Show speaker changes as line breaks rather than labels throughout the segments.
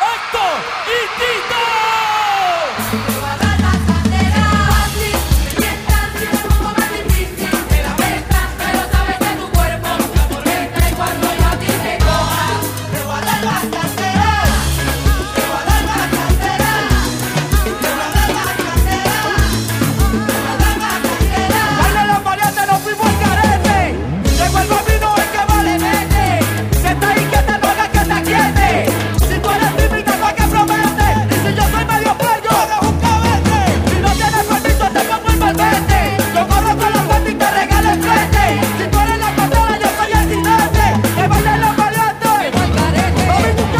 Tito y Tito. Baila la variante, nos fuimos al carete. Llegó el vecino, el que vale vete. Si está inquieta, no hagas que te aquiete. Si tú eres tímida, no hagas que promete. Y si yo soy medio playo, hagas un cabete. Si no tienes permiso, te pongo el malvete. Yo corro con la fuente y te regalo el flete. Si tú eres la pastora, yo soy el jinete. Que baile la variante. Mami, tú qué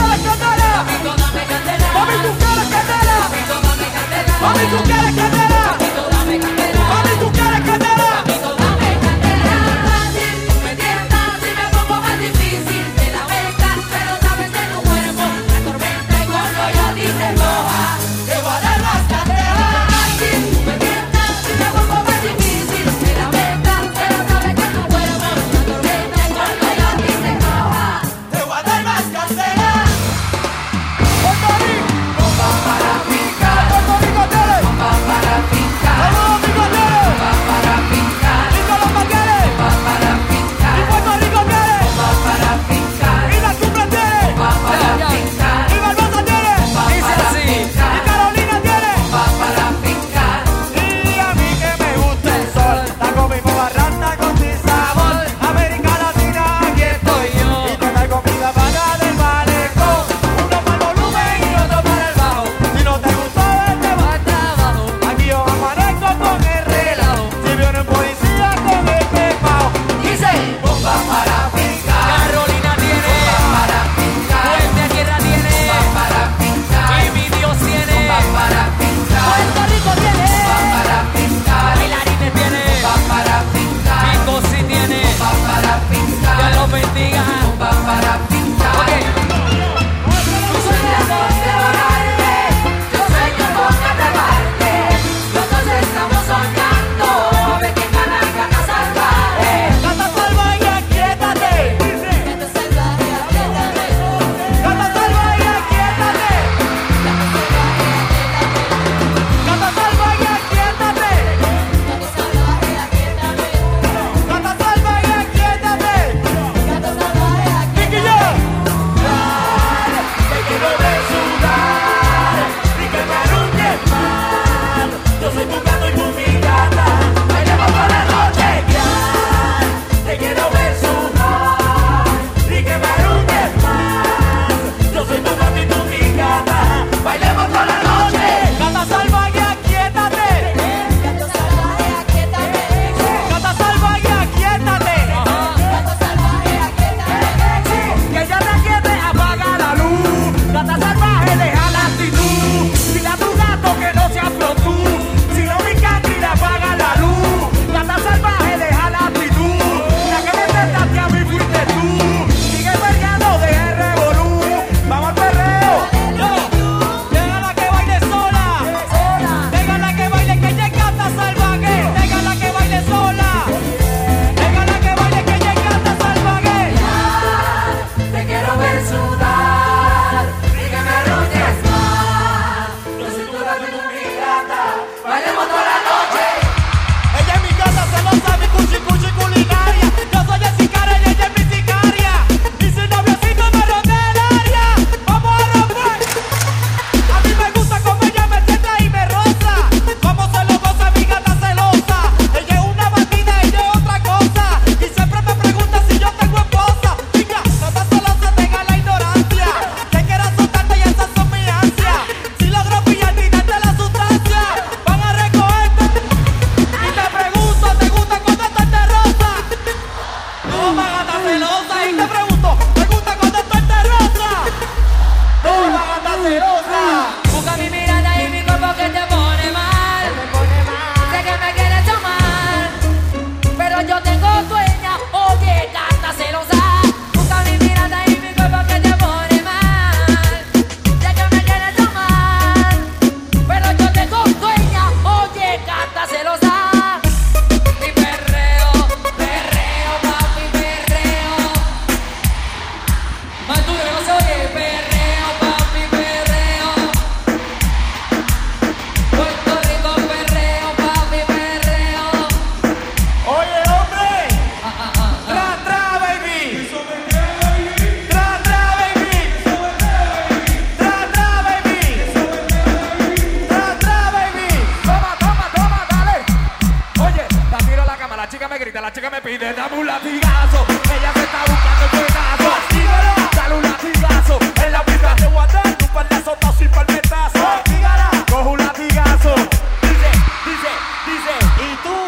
la chica me grita, la chica me pide, dame un latigazo. Ella se está buscando el pedazo.
Castígala.
Dale un latigazo. En la pista te voy a dar tu palmazotazo y palmetazo.
Castígala.
Coge un latigazo.
Dice, dice, dice, y tú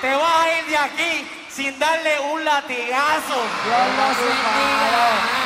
te vas a ir de aquí sin darle un latigazo.
Diablo, sí, mira.